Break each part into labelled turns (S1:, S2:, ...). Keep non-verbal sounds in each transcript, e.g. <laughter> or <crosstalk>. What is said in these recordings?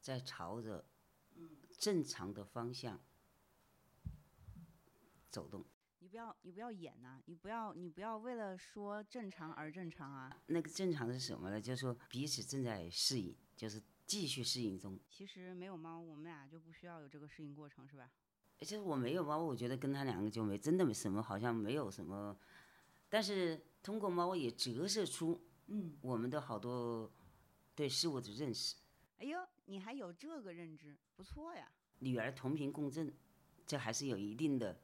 S1: 在朝着正常的方向走动。
S2: 你不要你不要演呐、你不要你不要为了说正常而正常啊。
S1: 那个正常是什么呢？就是说彼此正在适应，就是继续适应中。
S2: 其实没有猫，我们俩就不需要有这个适应过程，是吧？
S1: 其实我没有猫，我觉得跟他两个就没真的没什么，好像没有什么。但是通过猫也折射出
S2: 嗯。
S1: 我们的好多对事物的认识。
S2: 哎呦，你还有这个认知，不错呀。
S1: 女儿同频共振，这还是有一定的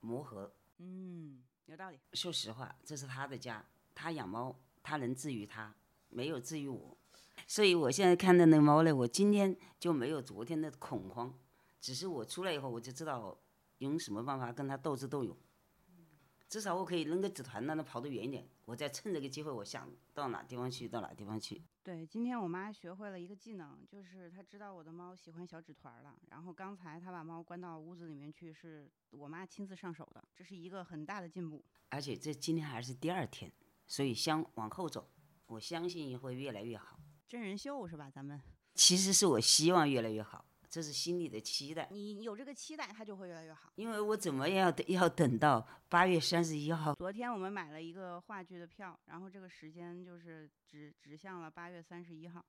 S1: 磨合。
S2: 嗯，有道理。
S1: 说实话，这是他的家，他养猫，他能治愈他，没有治愈我。所以我现在看到那猫呢，我今天就没有昨天的恐慌，只是我出来以后我就知道用什么办法跟它斗智斗勇。至少我可以扔个纸团，让它跑得远一点。我再趁这个机会，我想到哪地方去，到哪地方去。
S2: 对，今天我妈学会了一个技能，就是她知道我的猫喜欢小纸团儿了。然后刚才她把猫关到屋子里面去，是我妈亲自上手的，这是一个很大的进步。
S1: 而且这今天还是第二天，所以相往后走，我相信会越来越好。
S2: 真人秀是吧？咱们
S1: 其实是我希望越来越好，这是心里的期待。
S2: 你有这个期待，它就会越来越好。
S1: 因为我怎么也要等要等到八月三十一号，
S2: 昨天我们买了一个话剧的票，然后这个时间就是指指向了八月三十一号，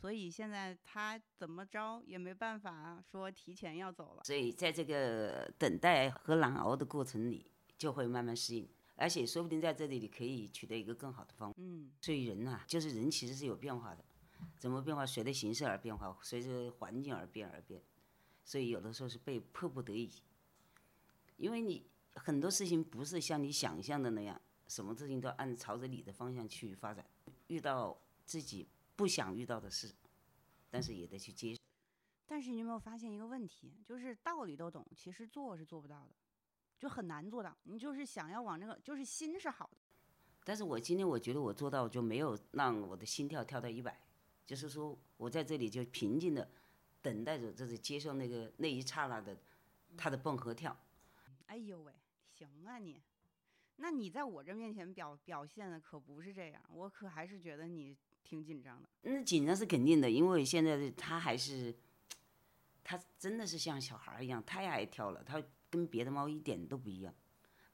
S2: 所以现在他怎么着也没办法说提前要走了。
S1: 所以在这个等待和难熬的过程里，就会慢慢适应，而且说不定在这里你可以取得一个更好的方。
S2: 嗯，
S1: 所以人呐、就是人其实是有变化的，怎么变化？随着形势而变化，随着环境而变而变。所以有的时候是被迫不得已，因为你很多事情不是像你想象的那样，什么事情都按朝着你的方向去发展。遇到自己不想遇到的事，但是也得去接受。
S2: 但是你有没有发现一个问题，就是道理都懂，其实做是做不到的，就很难做到。你就是想要往这个，就是心是好的，
S1: 但是我今天我觉得我做到，就没有让我的心跳跳到一百，就是说我在这里就平静的等待着，就是接受那个那一刹那的它的蹦和跳。
S2: 哎呦喂，行啊你，那你在我这面前表表现的可不是这样，我可还是觉得你挺紧张的。
S1: 那紧张是肯定的，因为现在他还是，他真的是像小孩儿一样，太爱跳了。他跟别的猫一点都不一样，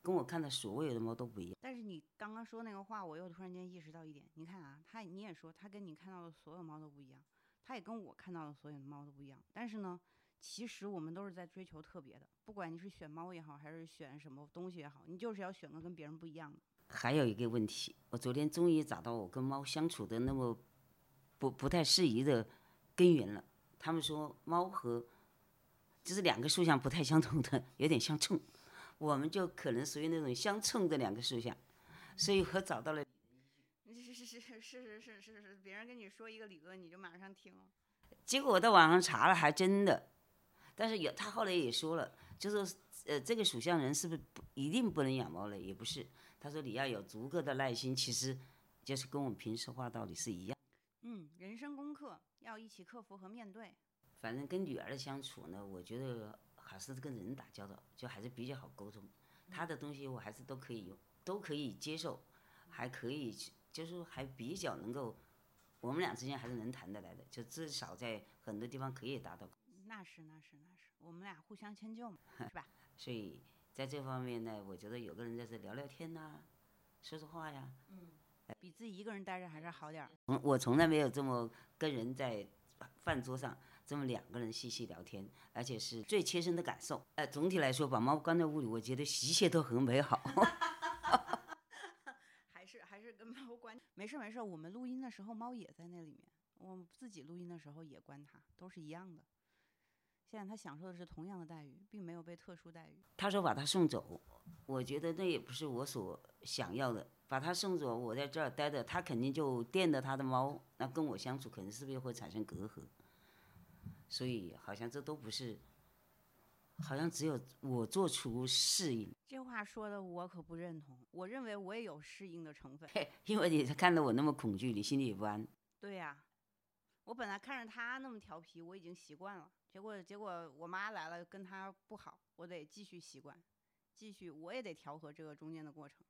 S1: 跟我看的所有的猫都不一样。
S2: 但是你刚刚说那个话，我又突然间意识到一点，你看啊，它你也说它跟你看到的所有猫都不一样，它也跟我看到的所有的猫都不一样。但是呢，其实我们都是在追求特别的，不管你是选猫也好，还是选什么东西也好，你就是要选个跟别人不一样的。
S1: 还有一个问题，我昨天终于找到我跟猫相处的那么不不太适宜的根源了。他们说猫和就是两个数项不太相同的，有点相冲，我们就可能属于那种相冲的两个数项，所以我找到了。
S2: <laughs> 是是是是是是是是，别人跟你说一个理论，你就马上听。
S1: 结果我到网上查了，还真的。但是有他后来也说了，就说呃，这个属相人是不是不一定不能养猫了？也不是，他说你要有足够的耐心，其实就是跟我们平时话道理是一样。
S2: 嗯，人生功课要一起克服和面对。
S1: 反正跟女儿的相处呢，我觉得还是跟人打交道，就还是比较好沟通。她的东西我还是都可以用，都可以接受，还可以去就是还比较能够，我们俩之间还是能谈得来的，就至少在很多地方可以达到。
S2: 那是那是那是，我们俩互相迁就嘛，是吧？
S1: 所以在这方面呢，我觉得有个人在这聊聊天呐、说说话呀，
S2: 比自己一个人待着还是好点儿。
S1: 从嗯我从来没有这么跟人在饭桌上这么两个人细细聊天，而且是最切身的感受。呃，总体来说，把猫关在屋里，我觉得一切都很美好。 <laughs>
S2: 还是还是跟猫关。没事儿没事儿，我们录音的时候猫也在那里面，我们自己录音的时候也关它，都是一样的。现在它享受的是同样的待遇，并没有被特殊待遇。
S1: 他说把它送走，我觉得那也不是我所想要的。把它送走，我在这儿待着，他肯定就惦着他的猫，那跟我相处肯定是不是会产生隔阂？所以好像这都不是，好像只有我做出适应。 <laughs>
S2: 这话说的我可不认同，我认为我也有适应的成分。
S1: 嘿，因为你看到我那么恐惧，你心里也不安。
S2: 对呀、我本来看着它那么调皮，我已经习惯了，结果结果我妈来了跟它不好，我得继续习惯，继续我也得调和这个中间的过程。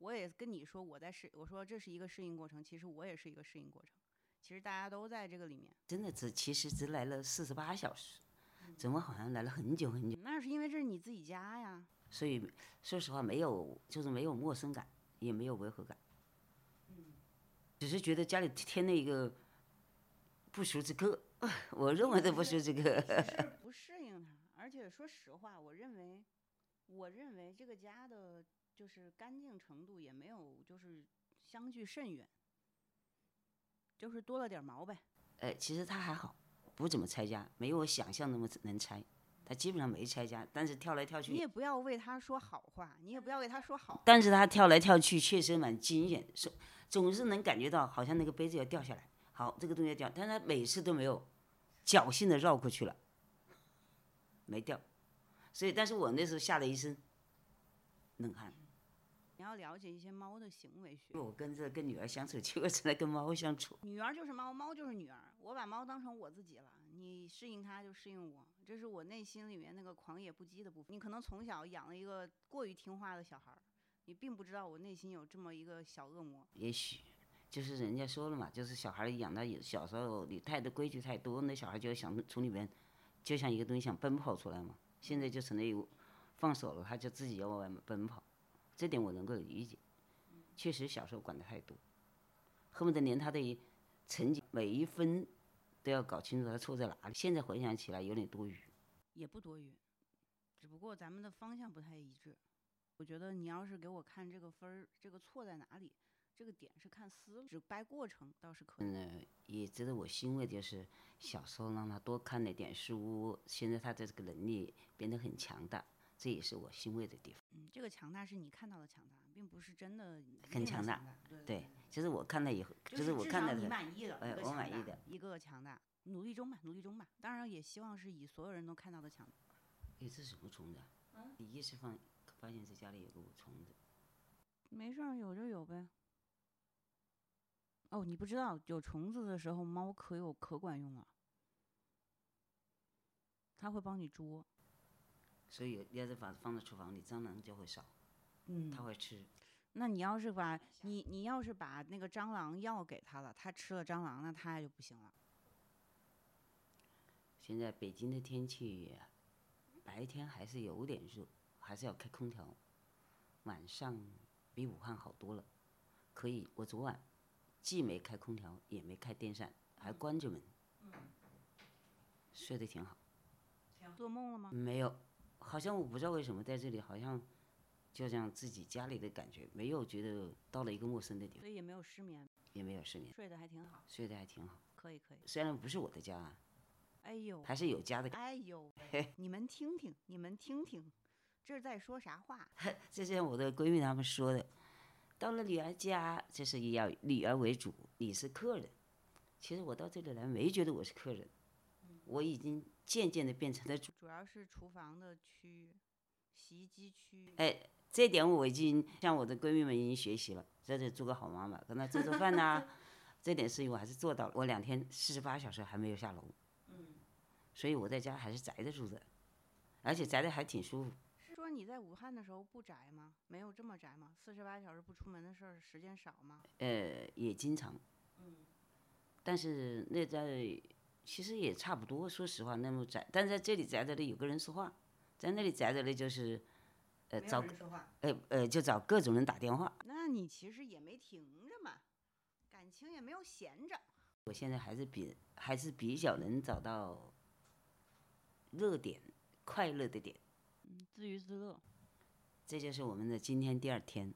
S2: 我也跟你说我在适，我说这是一个适应过程，其实我也是一个适应过程。其实大家都在这个里面。
S1: 真的只其实只来了四十八小时，怎么好像来了很久很久？
S2: 那是因为这是你自己家呀，
S1: 所以说实话，没有就是没有陌生感，也没有违和感， <laughs> 只是觉得家里添了一个不速之客。 <laughs> 我认为的不速之客。 <laughs>
S2: 只是不适应它。而且说实话，我认为，我认为这个家的就是干净程度也没有就是相距甚远，就是多了点儿毛呗。
S1: 哎，其实他还好，不怎么拆家，没有我想象那么能拆。他基本上没拆家，但是跳来跳
S2: 你
S1: 去，
S2: 也不要为他说好话，你也不要为他说好。
S1: 但是他跳来跳去确实蛮惊险，总总是能感觉到好像那个杯子要掉下来，好，这个东西要掉，但是他每次都没有，侥幸的绕过去了，没掉。所以，但是我那时候吓了一身冷汗，
S2: 你要了解一些猫的行为学
S1: 因。为我跟着跟女儿相处， <laughs> 结果只能跟猫相处。
S2: 女儿就是猫，猫就是女儿。我把猫当成我自己了，你适应它就适应我，这是我内心里面那个狂野不羁的部分。你可能从小养了一个过于听话的小孩儿，你并不知道我内心有这么一个小恶魔。
S1: 也许就是人家说了嘛，就是小孩儿养到有小时候你太多规矩太多，那小孩就想从里面就像一个东西想奔跑出来嘛。现在就成了一个放手了，他就自己要往外面奔跑，这点我能够理解。确实小时候管得太多，恨不得连他的成绩每一分都要搞清楚他错在哪里。现在回想起来有点多余。
S2: 也不多余，只不过咱们的方向不太一致。我觉得你要是给我看这个分儿，这个错在哪里，这个点是看思路，只掰过程倒是可以。
S1: 嗯，也值得我欣慰，就是小时候让他多看了点书，现在他的这个能力变得很强大，这也是我欣慰的地方。
S2: 嗯，这个强大是你看到的强大，并不是真的一
S1: 很
S2: 定
S1: 强
S2: 的
S1: 大
S2: 大。对
S1: 对，其实我看了以后，
S2: 就
S1: 就是我
S2: 至
S1: 看
S2: 少
S1: 了
S2: 你
S1: 的，
S2: 满意的，
S1: 哎
S2: 一个
S1: 我
S2: 强
S1: 满意
S2: 大
S1: 的，
S2: 一个强大，努力中吧，努力中吧。当然也希望是以所有人都看到的强大。
S1: 哎，这是无虫的。你一时放发现这家里有个无虫的，
S2: 没事儿，有就有呗。哦，你不知道，有虫子的时候，猫可有可管用了，它会帮你捉。
S1: 所以你要是把它放在厨房里，蟑螂就会少，
S2: 嗯
S1: 它会吃。
S2: 那你要是把你你要是把那个蟑螂药给它了，它吃了蟑螂，那它就不行了。
S1: 现在北京的天气，白天还是有点热，还是要开空调。晚上比武汉好多了，可以。我昨晚既没开空调，也没开电扇，还关着门，睡得挺好。
S2: 做梦了吗？
S1: 没有，好像我不知道为什么在这里，好像就像自己家里的感觉，没有觉得到了一个陌生的地方，
S2: 所以也没有失眠，
S1: 也没有失眠，
S2: 睡得还挺好。
S1: 睡得还挺好。
S2: 可以可以。
S1: 虽然不是我的家，啊，
S2: 哎呦，
S1: 还是有家的感
S2: 哎呦，
S1: <laughs>
S2: 你们听听，你们听听，这是在说啥话？
S1: <laughs> 这是我的闺蜜她们说的，到了女儿家就是要女儿为主，你是客人。其实我到这里来没觉得我是客人，我已经渐渐的变成了主。
S2: 主要是厨房的区，洗衣机区。
S1: 哎，这点我已经向我的闺蜜们已经学习了，在这做个好妈妈，跟她做做饭呐、 <laughs> 这点事情我还是做到了。我两天四十八小时还没有下楼，所以我在家还是宅着住的，而且宅的还挺舒服。
S2: 是说你在武汉的时候不宅吗？没有这么宅吗？四十八小时不出门的事儿时间少吗？
S1: 呃，也经常，但是那在其实也差不多，说实话，那么宅，但是在这里宅着的有个人说话，在那里宅着的就是，呃，找
S2: 说话。
S1: 呃呃就找各种人打电话。
S2: 那你其实也没停着嘛，感情也没有闲着。
S1: 我现在还是比还是比较能找到热点、快乐的点，
S2: 嗯，自娱自乐。
S1: 这就是我们的今天第二天，